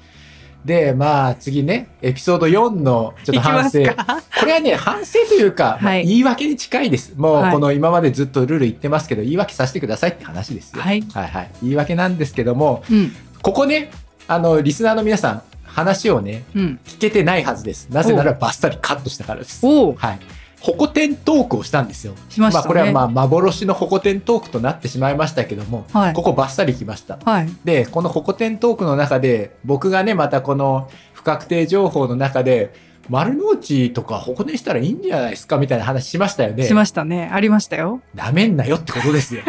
Speaker 2: でまあ次ねエピソード4のちょっと反省
Speaker 3: いきますか
Speaker 2: これはね反省というか、まあ
Speaker 3: はい
Speaker 2: 言い訳に近いですも
Speaker 3: は
Speaker 2: う
Speaker 3: い
Speaker 2: この今までずっとルール言ってますけど言い訳させてくださいって話ですよ
Speaker 3: はい
Speaker 2: はいはい言い訳なんですけども
Speaker 3: う。うん
Speaker 2: ここねあのリスナーの皆さん話をね
Speaker 3: うん。
Speaker 2: 聞けてないはずですなぜならばっさりカットしたからです
Speaker 3: おお
Speaker 2: はいホコ天トークをしたんですよ
Speaker 3: しましたね。
Speaker 2: あこれはまあ幻のホコ天トークとなってしまいましたけども、
Speaker 3: はい
Speaker 2: ここバッサリ来ました
Speaker 3: はい。
Speaker 2: でこのホコ天トークの中で僕がねまたこの不確定情報の中で丸の内とか箱根したらいいんじゃないですかみたいな話しましたよね。
Speaker 3: しましたね。ありましたよ。
Speaker 2: なめんなよってことですよ。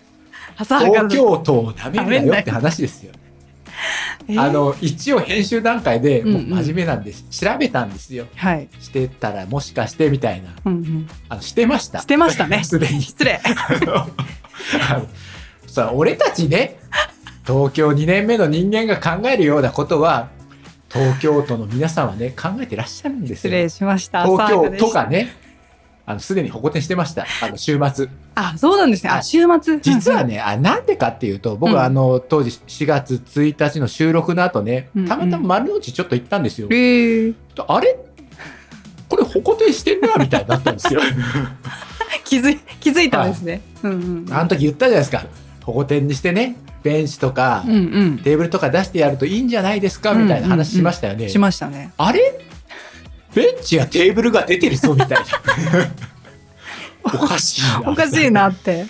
Speaker 3: 朝は
Speaker 2: 東
Speaker 3: か
Speaker 2: 京都をなめんなよって話ですよ。
Speaker 3: えー
Speaker 2: あの一応編集段階で
Speaker 3: うん
Speaker 2: もう
Speaker 3: うん
Speaker 2: 真面目なんです、調べたんですよ
Speaker 3: はい。
Speaker 2: してたらもしかしてみたいな
Speaker 3: うんうん。
Speaker 2: あのしてました
Speaker 3: してましたね
Speaker 2: すでに
Speaker 3: 失礼。
Speaker 2: あのさ俺たちね東京2年目の人間が考えるようなことは東京都の皆さんはね考えてらっしゃるんです
Speaker 3: 失
Speaker 2: よ
Speaker 3: 礼しました。
Speaker 2: 東
Speaker 3: 朝は
Speaker 2: 京
Speaker 3: でした
Speaker 2: 都がねあのすでに矛盾してましたあの週末
Speaker 3: あ、そうなんですね。
Speaker 2: は
Speaker 3: あ、
Speaker 2: い
Speaker 3: 週末。
Speaker 2: 実
Speaker 3: うん
Speaker 2: は ね、あなんでかっていうと僕
Speaker 3: うん
Speaker 2: はあの当時4月1日の収録の後ね、
Speaker 3: うんうん
Speaker 2: たまたま丸の内ちょっと行ったんですよ、
Speaker 3: うん。えー
Speaker 2: あれこれ、ほこてしてんな、みたいになったん ですよ。
Speaker 3: 気づい気づいたんですね。うんうん。
Speaker 2: あの時言ったじゃないですか。ほこてんにしてね、ベンチとか
Speaker 3: う、んうん。
Speaker 2: テーブルとか出してやるといいんじゃないですか、みたいな話しましたよね
Speaker 3: し。ましたね。
Speaker 2: あれベンチやテーブルが出てるぞ、みたいな。おかしいな。
Speaker 3: おかしい。なって。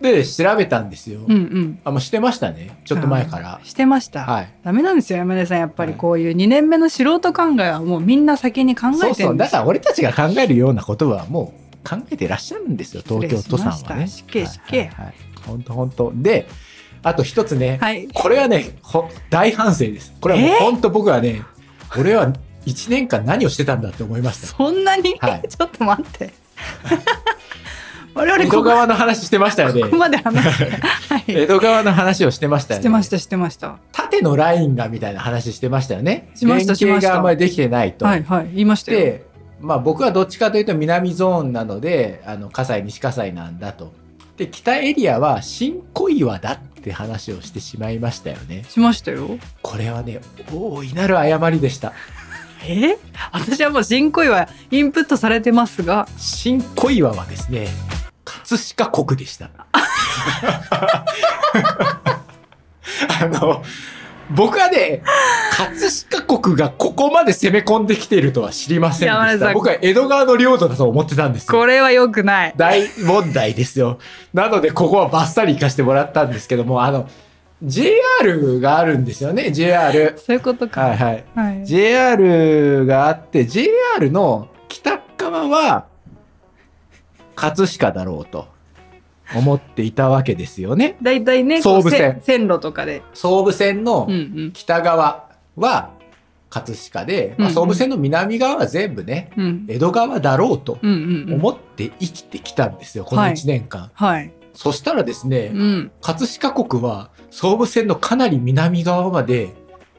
Speaker 2: で、調べたんですよ。
Speaker 3: うんうん。
Speaker 2: あ、もうしてましたね。ちょっと前から
Speaker 3: あ。してました。
Speaker 2: はい。
Speaker 3: ダメなんですよ山根さんやっぱり
Speaker 2: はい
Speaker 3: こういう2年目の素人考えはもうみんな先に考
Speaker 2: そ
Speaker 3: え
Speaker 2: う
Speaker 3: てる
Speaker 2: そ
Speaker 3: ん
Speaker 2: う。
Speaker 3: で
Speaker 2: だ
Speaker 3: す
Speaker 2: か
Speaker 3: よ
Speaker 2: ら俺たちが考えるようなことはもう考えてらっしゃるんですよ、東京都さんはね。
Speaker 3: 失礼しました失敬
Speaker 2: はいはいはいほんとほんと。で、あと一つね、
Speaker 3: はい
Speaker 2: これはね、ほ大反省です。これはもう
Speaker 3: えー
Speaker 2: 本当僕はね、俺は1年間何をしてたんだって思いました。
Speaker 3: そんなに、
Speaker 2: はい
Speaker 3: ちょっと待って我々
Speaker 2: 江
Speaker 3: こ
Speaker 2: 戸
Speaker 3: こ
Speaker 2: 川の話してましたよね
Speaker 3: ここ。まで話して、は
Speaker 2: 江
Speaker 3: い、
Speaker 2: 戸川の話をしてましたよ
Speaker 3: し
Speaker 2: ね。
Speaker 3: てましたしてました
Speaker 2: 縦のラインがみたいな話してましたよね。
Speaker 3: しました
Speaker 2: 連携
Speaker 3: しました
Speaker 2: があんまりできてないと。
Speaker 3: はいはい言いましたよ
Speaker 2: で、まあ、僕はどっちかというと南ゾーンなのであの葛西西葛西なんだとで北エリアは新小岩だって話をしてしまいましたよね
Speaker 3: しましたよ
Speaker 2: これはね大いなる誤りでした
Speaker 3: え私はもう新恋はインプットされてますが
Speaker 2: 新小岩はですね葛飾国でした あの僕はね葛飾国がここまで攻め込んできているとは知りません
Speaker 3: 山
Speaker 2: で
Speaker 3: 根
Speaker 2: し
Speaker 3: さ
Speaker 2: た
Speaker 3: ん
Speaker 2: 僕は江戸川の領土だと思ってたんですよ
Speaker 3: これは良くない
Speaker 2: 大問題ですよ。なので、ここはバッサリ行かしてもらったんですけども、あの、JR があるんですよね、JR。
Speaker 3: そういうことか
Speaker 2: はいはい。
Speaker 3: はい、
Speaker 2: JR があって、JR の北側は、葛飾だろうと思っていたわけですよね。
Speaker 3: だいたいねこ
Speaker 2: 総
Speaker 3: う
Speaker 2: 武線
Speaker 3: せ線路とかで
Speaker 2: 総武線の
Speaker 3: うんうん
Speaker 2: 北側は葛飾で、まあ
Speaker 3: うんうん
Speaker 2: 総武線の南側は全部ね、
Speaker 3: うん
Speaker 2: 江戸川だろうと
Speaker 3: うんうんうん
Speaker 2: 思って生きてきたんですよ、この1年間。
Speaker 3: はい
Speaker 2: そしたらですね、
Speaker 3: うん
Speaker 2: 葛飾国は総武線のかなり南側まで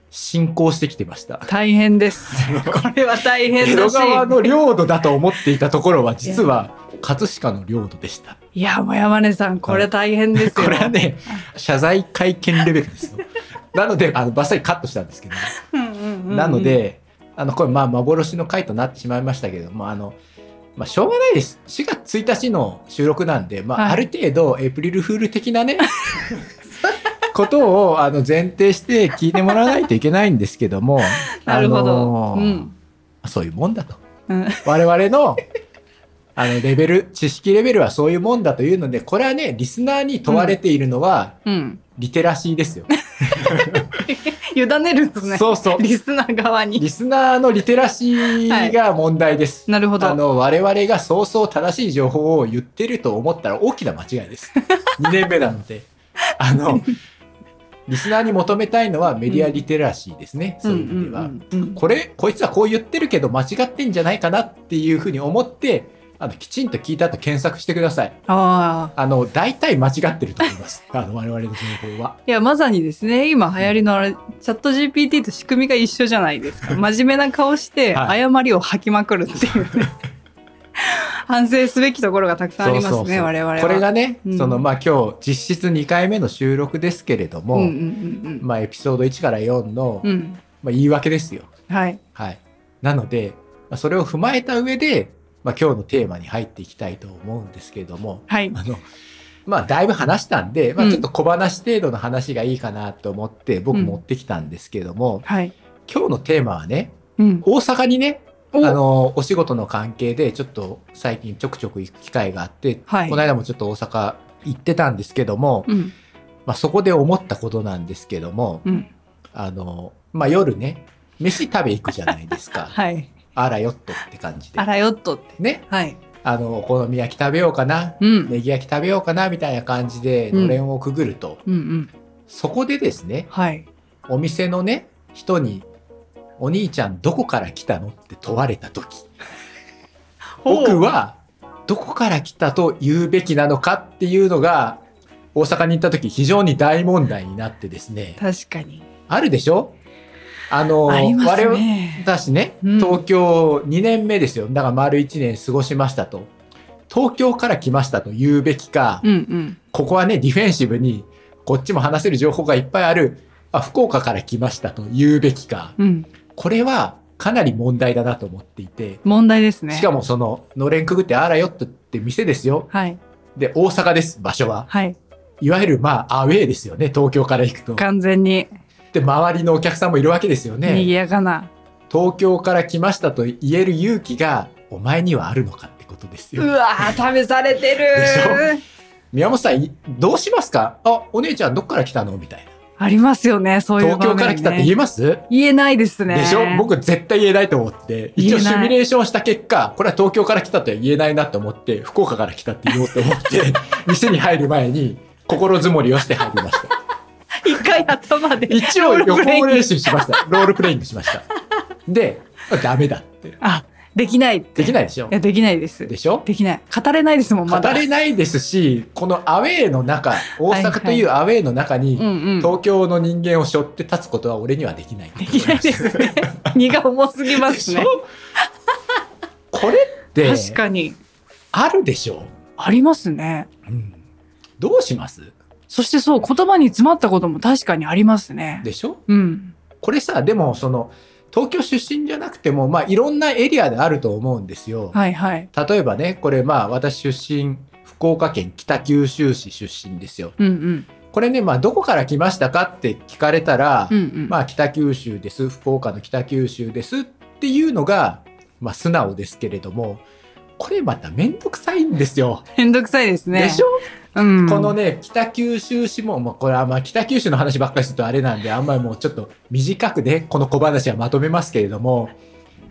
Speaker 2: 進行してきてま した。
Speaker 3: 大変です これは 大変
Speaker 2: 江
Speaker 3: だ
Speaker 2: 戸
Speaker 3: し
Speaker 2: 川の領土だと思っていたところは実は葛飾の領土でした。
Speaker 3: いやもう山根さんこれ大変ですよ、
Speaker 2: これはね、謝罪会見レベルですよ。 なので、あの、バッサリカットしたんですけど、
Speaker 3: うんうんうんうん
Speaker 2: なので、あの、これまあ幻の回となってしまいましたけども、あの、まあ、しょうがないです。4月1日の収録なんで、まあ、
Speaker 3: はい
Speaker 2: ある程度、エイプリルフール的なね、 ことを、あの、前提して聞いてもらわないといけないんですけども、
Speaker 3: なるほ
Speaker 2: あ
Speaker 3: ど、
Speaker 2: の
Speaker 3: う
Speaker 2: ー
Speaker 3: ん
Speaker 2: そういうもんだと。
Speaker 3: うん
Speaker 2: 我々の、あの、レベル、知識レベルはそういうもんだというので、これはね、リスナーに問われているのは、
Speaker 3: うん
Speaker 2: リテラシーですよ。
Speaker 3: 委ねるんですね
Speaker 2: そうそう。
Speaker 3: リスナー側に
Speaker 2: リスナーのリテラシーが問題です。
Speaker 3: なるほど
Speaker 2: あの我々がそうそう正しい情報を言ってると思ったら大きな間違い です。2年目なので。あの、リスナーに求めたいのはメディアリテラシーですね。そういう意味では、
Speaker 3: んうんうんうん
Speaker 2: これ、こいつはこう言ってるけど間違ってんじゃないかなっていうふうに思って、あの、きちんと聞いた後検索してください。
Speaker 3: ああ
Speaker 2: あの、大体間違ってると思い ます。あの、我々の情報は。
Speaker 3: いやまさにですね今流行りのあれチャット GPT と仕組みが一緒じゃないですか真面目な顔して
Speaker 2: はい
Speaker 3: 誤りを吐きまくるっていう ね反省すべきところがたくさんありますね
Speaker 2: そうそうそう
Speaker 3: 我々は
Speaker 2: これがね、
Speaker 3: うん
Speaker 2: その、まあ、今日、実質2回目の収録ですけれども、
Speaker 3: うんうんうん
Speaker 2: まあ、エピソード1から4の、
Speaker 3: うんうん
Speaker 2: まあ、言い訳ですよ。
Speaker 3: はい
Speaker 2: はい。なので、まあ、それを踏まえた上で、まあ、今日のテーマに入っていきたいと思うんですけれども、
Speaker 3: はい
Speaker 2: あの、まあ、だいぶ話したんで、ま
Speaker 3: う
Speaker 2: あ、
Speaker 3: ん
Speaker 2: ちょっと小話程度の話がいいかなと思って、僕
Speaker 3: うん
Speaker 2: 持ってきたんですけれども、
Speaker 3: はい
Speaker 2: 今日のテーマはね、
Speaker 3: うん
Speaker 2: 大阪にね、あ
Speaker 3: お
Speaker 2: の、お仕事の関係で、ちょっと最近ちょくちょく行く機会があって、
Speaker 3: はい
Speaker 2: この間もちょっと大阪行ってたんですけども、
Speaker 3: うん
Speaker 2: まあ、そこで思ったことなんですけども、
Speaker 3: うん
Speaker 2: あの、まあ、夜ね、飯食べ行くじゃないですか。
Speaker 3: はい
Speaker 2: あらよっとって感じで
Speaker 3: あ。らよっとって。
Speaker 2: ね。
Speaker 3: はい。
Speaker 2: あの、お好み焼き食べようかな。
Speaker 3: うん。
Speaker 2: ネギ焼き食べようかなみたいな感じで
Speaker 3: うん
Speaker 2: のれんをくぐると、
Speaker 3: うんうん。
Speaker 2: そこでですね
Speaker 3: はい。
Speaker 2: お店のね人に「お兄ちゃんどこから来たの?」って問われた時僕はどこから来たと言うべきなのかっていうのが大阪に行った時非常に大問題になってですね
Speaker 3: 確かに。
Speaker 2: あるでしょあの
Speaker 3: あります
Speaker 2: 我々
Speaker 3: ね。
Speaker 2: だしね、
Speaker 3: うん
Speaker 2: 東京2年目ですよだから丸1年過ごしましたと東京から来ましたと言うべきか、
Speaker 3: うんうん。
Speaker 2: ここはね、ディフェンシブに、こっちも話せる情報がいっぱいある、あ、福岡から来ましたと言うべきか、
Speaker 3: うん。
Speaker 2: これはかなり問題だなと思っていて、
Speaker 3: 問題ですね。
Speaker 2: しかもその、のれんくぐってあらよっとって店ですよ。
Speaker 3: はい。
Speaker 2: で、大阪です、場所は。
Speaker 3: はい。
Speaker 2: いわゆるまあ、アウェーですよね、東京から行くと。
Speaker 3: 完全に
Speaker 2: で、周りのお客さんもいるわけですよ
Speaker 3: 賑
Speaker 2: ね。
Speaker 3: やかな。
Speaker 2: 東京から来ましたと言える勇気が、お前にはあるのかってことです
Speaker 3: う
Speaker 2: よ。
Speaker 3: わー、試されてる
Speaker 2: で宮本さん、いどうしますかあ、お姉ちゃんどっから来たのみたいな。
Speaker 3: ありますよね、そういう
Speaker 2: 東京から来たって言え
Speaker 3: え
Speaker 2: ます
Speaker 3: 言えないですね。
Speaker 2: でしょ僕絶対言えないと思って一応
Speaker 3: 言え
Speaker 2: シ
Speaker 3: ない
Speaker 2: ミュレーションした結果これは東京から来たとは言えないなと思って福岡から来たって言おうと思って 店に入る前に心づもりをして入りまし た
Speaker 3: 一回頭で。
Speaker 2: 一応予
Speaker 3: ロールプレイン
Speaker 2: 行
Speaker 3: グ
Speaker 2: 練習しましたロールプレイングしましたでダメだって
Speaker 3: あ、できないって。
Speaker 2: でき
Speaker 3: い。
Speaker 2: ないでしょ
Speaker 3: いや、できないです。
Speaker 2: で
Speaker 3: で
Speaker 2: しょ
Speaker 3: きない。語れないですもん、
Speaker 2: 語
Speaker 3: まだ。
Speaker 2: れないですしこのアウェーの中大阪というアウェーの中に、
Speaker 3: うんうん。
Speaker 2: 東京の人間を背負って立つことは俺にはできない
Speaker 3: できないで すね。荷が重すぎま
Speaker 2: ですし
Speaker 3: ね。
Speaker 2: ょこれって
Speaker 3: 確かに。
Speaker 2: あるでしょ
Speaker 3: ありますね。
Speaker 2: う、どうします
Speaker 3: そしてそう、言葉に詰まったことも確かにありますね。
Speaker 2: でしょ
Speaker 3: うん。
Speaker 2: これさでもその東京出身じゃなくてもまあいろんなエリアであると思うんですよ。
Speaker 3: はいはい。
Speaker 2: 例えばねこれまあ私出身福岡県北九州市出身ですよ。
Speaker 3: うんうん。
Speaker 2: これねまあどこから来ましたかって聞かれたら、
Speaker 3: うんうん。
Speaker 2: まあ北九州です福岡の北九州ですっていうのがまあ素直ですけれどもこれまた面倒くさいんですよ。
Speaker 3: めんどくさいですね。
Speaker 2: でしょ
Speaker 3: うん。
Speaker 2: このね、北九州市も、もうこれはまあ北九州の話ばっかりするとあれなんで、あんまりもうちょっと短くで、この小話はまとめますけれども、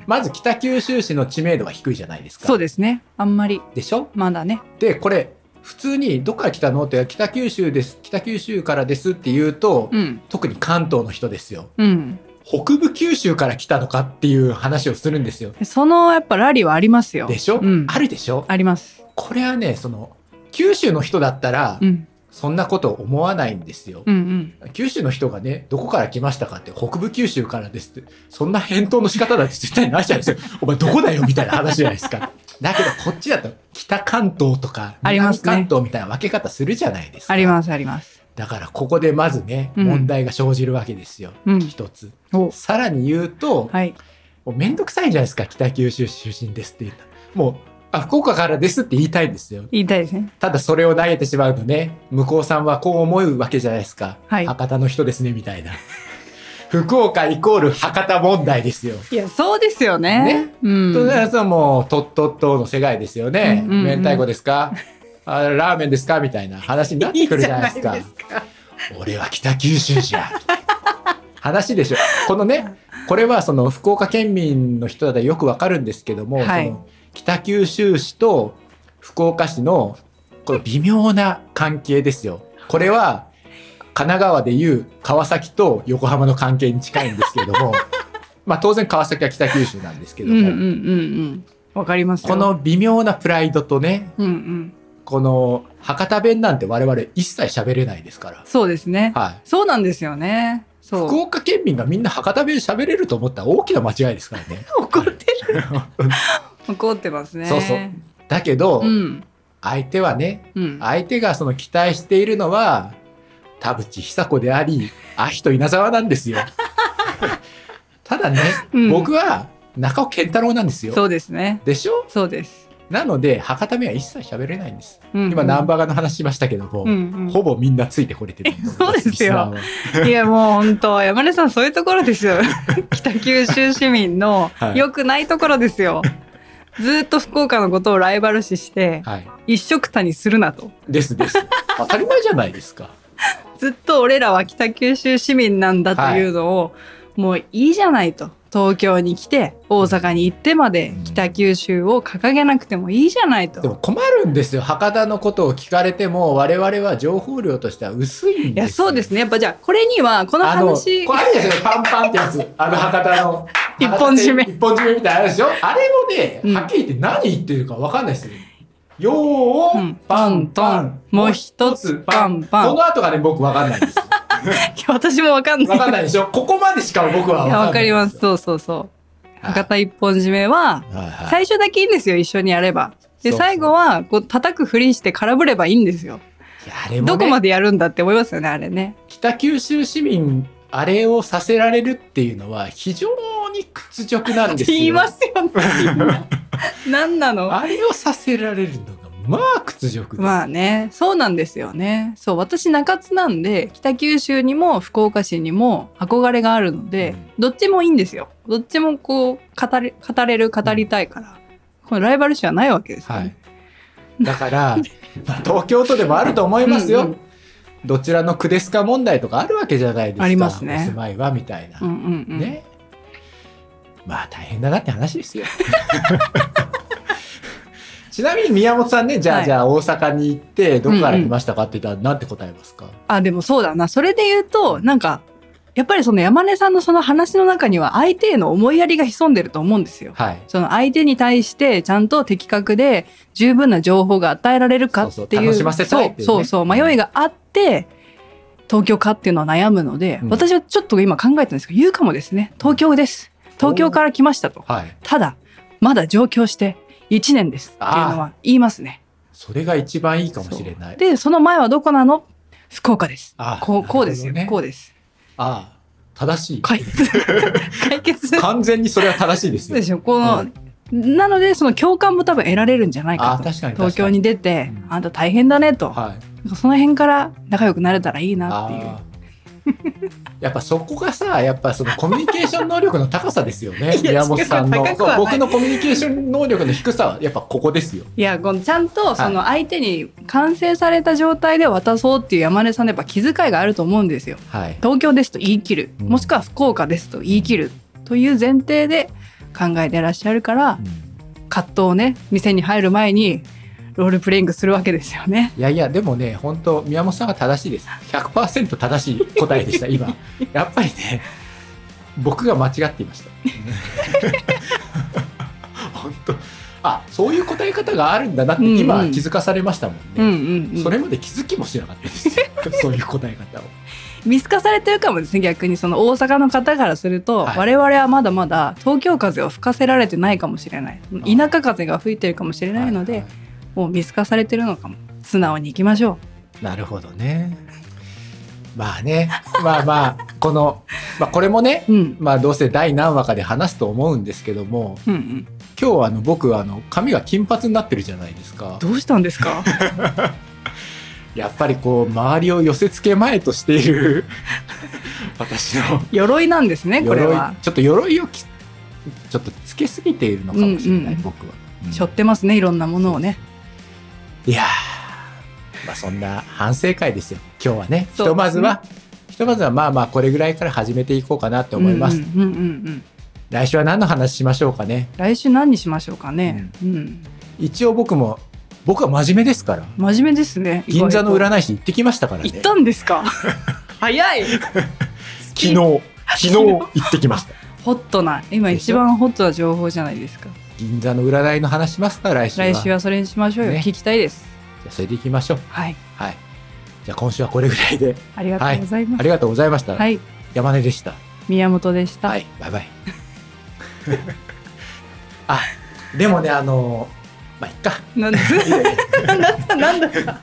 Speaker 2: まず北九州市の知名度が低いじゃないですか。
Speaker 3: そうですね。あんまり、
Speaker 2: でしょ
Speaker 3: まだね。
Speaker 2: で、これ、普通に、どっから来たのって、北九州です、北九州からですって言うと、
Speaker 3: うん。
Speaker 2: 特に関東の人ですよ。
Speaker 3: うん。
Speaker 2: 北部九州から来たのかっていう話をするんですよ。
Speaker 3: その、やっぱラリーはありますよ。
Speaker 2: でしょ、
Speaker 3: うん。
Speaker 2: あるでしょ
Speaker 3: あります。
Speaker 2: これはね、その、九州の人だったら
Speaker 3: う、ん。
Speaker 2: そんなこと思わないんですよ。
Speaker 3: うんうん。
Speaker 2: 九州の人がね、どこから来ましたかって、北部九州からですって、そんな返答の仕方だって絶対ないじゃないですか。お前どこだよみたいな話じゃないですか。だけどこっちだと北関東とか
Speaker 3: ありま
Speaker 2: 南
Speaker 3: すね
Speaker 2: 関東みたいな分け方するじゃないですか。
Speaker 3: あります、あります。
Speaker 2: だからここでまずね、
Speaker 3: うん
Speaker 2: 問題が生じるわけですよ。
Speaker 3: うん。
Speaker 2: 一つ。
Speaker 3: お
Speaker 2: さらに言うと、
Speaker 3: はい。
Speaker 2: もうめんどくさいじゃないですか。北九州出身ですって言ったら。もう、あ、福岡からですって言いたいんですよ。
Speaker 3: 言いたいですね。
Speaker 2: ただそれを投げてしまうとね向こうさんはこう思うわけじゃないですか、
Speaker 3: はい
Speaker 2: 博多の人ですねみたいな 福岡イコール博多問題ですよ。
Speaker 3: いや、そうですよね。
Speaker 2: ね
Speaker 3: うん。
Speaker 2: とりあえずはもうとっとっとの世界ですよね、
Speaker 3: うんうんうん
Speaker 2: 明太子ですかあラーメンですかみたいな話になってくるじゃないですか
Speaker 3: いいじゃないです
Speaker 2: 俺は北九州じゃ話でしょこのねこれはその福岡県民の人だったらよくわかるんですけども、
Speaker 3: はい
Speaker 2: その北九州市と福岡市のこの微妙な関係ですよこれは神奈川でいう川崎と横浜の関係に近いんですけども まあ当然川崎は北九州なんですけど
Speaker 3: うん
Speaker 2: も、
Speaker 3: うんうんうん。わかりますよ
Speaker 2: こ、の微妙なプライドとね
Speaker 3: うんうん。
Speaker 2: この博多弁なんて我々一切喋れないですから。
Speaker 3: そうですね。
Speaker 2: はい
Speaker 3: そうなんですよね。そう。
Speaker 2: 福岡県民がみんな博多弁喋れると思ったら大きな間違いですから ね。
Speaker 3: 怒ってる。怒ってますね。
Speaker 2: そうそうだけど、
Speaker 3: うん。
Speaker 2: 相手はね
Speaker 3: うん。
Speaker 2: 相手がその期待しているのは田淵久子でありアヒと稲沢なんです よ。ただね、
Speaker 3: うん
Speaker 2: 僕は中尾健太郎なんですよ。
Speaker 3: そうですね。
Speaker 2: でしょ
Speaker 3: そうです。
Speaker 2: なので博多弁は一切喋れないんです。
Speaker 3: うんうん
Speaker 2: 今ナンバーガーの話しましたけども、
Speaker 3: うんうん
Speaker 2: ほぼみんなついてこれてると思いま
Speaker 3: そうですよ
Speaker 2: リスナーはい
Speaker 3: やもう本当山根さんそういうところで すよ北九州市民の
Speaker 2: はい
Speaker 3: 良くないところですよ、ずーっと福岡のことをライバル視して
Speaker 2: はい。
Speaker 3: 一緒くたにするなと
Speaker 2: ですです。当たり前じゃないですか。
Speaker 3: ずっと俺らは北九州市民なんだというのを、もういいじゃないと東京に来て大阪に行ってまで北九州を掲げなくてもいいじゃないと。
Speaker 2: でも困るんですよ博多のことを聞かれても我々は情報量としては薄いん
Speaker 3: いや
Speaker 2: ですよ
Speaker 3: そうですねやっぱじゃあこれにはこの
Speaker 2: あの
Speaker 3: 話
Speaker 2: これあれですよねパンパンってやつあの博多の
Speaker 3: 一本締め
Speaker 2: 博多一本締めみたいなあれでしょあれもね、
Speaker 3: うん
Speaker 2: はっきり言って何言ってるかわかんないですよよー、
Speaker 3: うん
Speaker 2: パンパン
Speaker 3: もう一つパンパン
Speaker 2: この後がね僕わかんないんですよ
Speaker 3: いや私もわかんない。
Speaker 2: わかんないでしょここまでしか僕はい
Speaker 3: や
Speaker 2: わ
Speaker 3: わ
Speaker 2: か
Speaker 3: か
Speaker 2: んない
Speaker 3: り
Speaker 2: ん
Speaker 3: ま
Speaker 2: ですよ
Speaker 3: そうそうそう
Speaker 2: はい
Speaker 3: 博多一本締めは
Speaker 2: はいはい
Speaker 3: 最初だけいいんですよ一緒にやれば。
Speaker 2: そ
Speaker 3: で
Speaker 2: うそう
Speaker 3: 最後はこう叩くふりして空振ればいいんですよ。
Speaker 2: いやあれもね
Speaker 3: どこまでやるんだって思いますよねあれね。
Speaker 2: 北九州市民あれをさせられるっていうのは非常に屈辱なん
Speaker 3: っ
Speaker 2: で
Speaker 3: て
Speaker 2: すよ。
Speaker 3: 言いますよね。み んな何なの
Speaker 2: あれをさせられるのがまあ屈辱で、
Speaker 3: まあねそうなんですよねそう私中津なんで北九州にも福岡市にも憧れがあるので、どっちもいいんですよどっちもこう語れ語れる語りたいから、このライバル視はないわけですよ
Speaker 2: は
Speaker 3: ね、
Speaker 2: い。だから、まあ、東京都でもあると思いますよ。
Speaker 3: うんうん
Speaker 2: どちらの区ですか問題とかあるわけじゃないですか。
Speaker 3: ありますね
Speaker 2: お住まいはみたいな。
Speaker 3: うんうんうん、
Speaker 2: ね。まあ大変だなって話 ですよ。ちなみに宮本さんね、じゃあ、
Speaker 3: はい
Speaker 2: じゃあ大阪に行って、どこから来ましたかって言ったら、なんて答えますか、
Speaker 3: あでもそうだなそれで言うとなんかやっぱりその山根さんのその話の中には相手への思いやりが潜んでると思うんですよ。
Speaker 2: はい。
Speaker 3: その相手に対してちゃんと的確で十分な情報が与えられるかってい
Speaker 2: そう
Speaker 3: う
Speaker 2: そう楽しませたいっていうね
Speaker 3: そうそうそう迷いがあって東京かっていうのは悩むので、
Speaker 2: うん
Speaker 3: 私はちょっと今考えたんですけど言うかもですね東京です東京から来ましたと
Speaker 2: はい。
Speaker 3: ただまだ上京して1年ですっていうのは言いますね
Speaker 2: それが一番いいかもしれない。
Speaker 3: でその前はどこなの福岡です
Speaker 2: あ
Speaker 3: こうこうですよ、
Speaker 2: なる
Speaker 3: こ
Speaker 2: ほどね
Speaker 3: うです
Speaker 2: ああ、正しい。
Speaker 3: 解 決解決そ
Speaker 2: 完全にそれは正しいです
Speaker 3: う
Speaker 2: よ
Speaker 3: で。しょこの、
Speaker 2: う
Speaker 3: なのでその共感も多分得られるんじゃない
Speaker 2: あ
Speaker 3: か
Speaker 2: あ、
Speaker 3: と
Speaker 2: 確かに確かに。
Speaker 3: 東京に出て、
Speaker 2: うん
Speaker 3: あんた大変だねと、
Speaker 2: はい。
Speaker 3: その辺から仲良くなれたらいいなっていう
Speaker 2: ああ。 やっぱそこがさ、やっぱそのコミュニケーション能力の高さですよね。
Speaker 3: いや
Speaker 2: 宮本さんの
Speaker 3: 違う高。く
Speaker 2: そ
Speaker 3: はな
Speaker 2: う
Speaker 3: い
Speaker 2: 僕のコミュニケーション能力の低さは、やっぱここですよ。
Speaker 3: いやこのちゃんと
Speaker 2: い
Speaker 3: その相手に完成された状態で渡そうっていう山根さんのやっぱ気遣いがあると思うんですよ
Speaker 2: はい。
Speaker 3: 東京ですと言い切る、
Speaker 2: うん
Speaker 3: もしくは福岡ですと言い切るという前提で考えてらっしゃるから葛藤をね店に入る前にロールプレイングするわけですよね
Speaker 2: いやいや、でもね、本当宮本さんが正しいです。100%正しい答えでした、 今。やっぱりね、僕が間違っていま した。本当あ、そういう答え方があるんだなって、
Speaker 3: うん
Speaker 2: 今
Speaker 3: うん
Speaker 2: 気づかされましたもんね。
Speaker 3: うんうん、うん、
Speaker 2: それまで気づきもしなかった ですよ。そういう答え方を。
Speaker 3: 見透かされてるかもですね逆にその大阪の方からすると、
Speaker 2: はい
Speaker 3: 我々はまだまだ東京風を吹かせられてないかもしれない
Speaker 2: ー
Speaker 3: 田舎風が吹いてるかもしれないので、
Speaker 2: はいは
Speaker 3: もう見透かされてるのかも素直に行きましょ
Speaker 2: いなるほどね。まあね、まあまあ、この、まあこれもね、
Speaker 3: ううん
Speaker 2: まあどうせ第何話かで話すと思うんですけども、
Speaker 3: うんうん
Speaker 2: 今日はあの僕はあの髪が金髪になってるじゃないですか。
Speaker 3: どうしたんで すか
Speaker 2: やっぱりこう周りを寄せ付け前としている 私の
Speaker 3: 鎧なんですねこれは
Speaker 2: 鎧ちょっと鎧をきちょっとつけすぎているのかもしれない、
Speaker 3: うんうん
Speaker 2: 僕は。うん
Speaker 3: 背負ってますねいろんなものをね
Speaker 2: いやーまあそんな反省会ですよ今日はねひ
Speaker 3: そうですね
Speaker 2: とまずは、ひとまずはまあまあこれぐらいから始めていこうかなと思います、
Speaker 3: うんうんうんうん
Speaker 2: 来週は何の話しましょうかね
Speaker 3: 来週何にしましょうかね、うん
Speaker 2: 一応僕も僕は真面目ですから
Speaker 3: 真面目ですね
Speaker 2: 銀座の
Speaker 3: い
Speaker 2: 占い師行ってきましたからね
Speaker 3: 行ったんです か早い
Speaker 2: 昨日昨日行ってきました
Speaker 3: ホットな今一番ホットな情報じゃないですか
Speaker 2: 銀座の占いの話しますか来週は
Speaker 3: 来週はそれにしましょうよ、
Speaker 2: ね
Speaker 3: 聞きたいです
Speaker 2: じゃあそれで行きましょう
Speaker 3: はい
Speaker 2: はいじゃあ今週はこれぐらいで
Speaker 3: ありがとうございま
Speaker 2: あ
Speaker 3: す、
Speaker 2: りがとうございました、
Speaker 3: はい、
Speaker 2: 山根でした
Speaker 3: 宮本でした、
Speaker 2: はい、バイバイ。 あ、でもね、あの、まあ、いっか。
Speaker 3: なんでなんだったなんだった